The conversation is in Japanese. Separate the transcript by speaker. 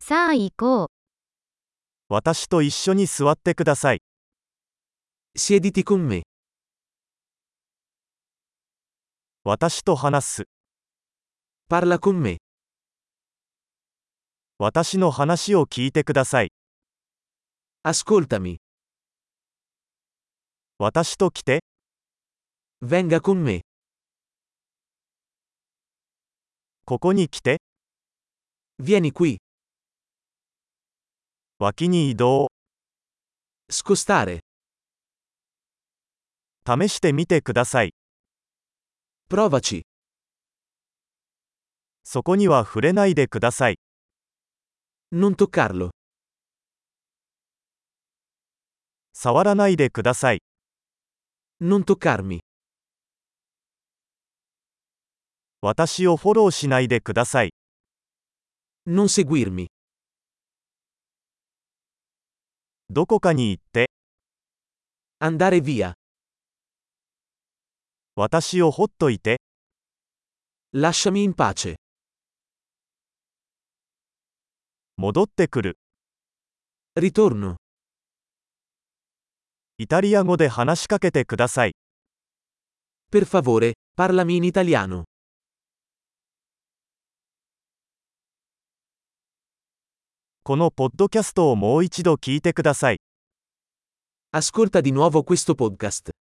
Speaker 1: さあ行こう。
Speaker 2: 私と一緒に座ってください。
Speaker 3: Siediti con me.
Speaker 2: 私と話す。
Speaker 3: Parla con me.
Speaker 2: 私の話を聞いてください。
Speaker 3: Ascoltami.
Speaker 2: 私と来て、
Speaker 3: Venga con me.
Speaker 2: ここに来て、
Speaker 3: Vieni qui.
Speaker 2: 脇に移動、
Speaker 3: Scostare.
Speaker 2: 試してみてください。
Speaker 3: Provaci.
Speaker 2: そこには触れないでください。
Speaker 3: Non toccarlo.
Speaker 2: 触らないでください。
Speaker 3: Non toccarmi.
Speaker 2: 私をフォローしないでください。
Speaker 3: Non seguirmi.
Speaker 2: どこかに行って、
Speaker 3: Andare via.
Speaker 2: 私をほっといて、
Speaker 3: Lasciami in pace.
Speaker 2: 戻ってくる。
Speaker 3: Ritorno.
Speaker 2: イタリア語で話しかけてください。
Speaker 3: Per favore, parlami in italiano.
Speaker 2: このポッドキャストをもう一度聞いてください。
Speaker 3: Ascolta di nuovo questo podcast.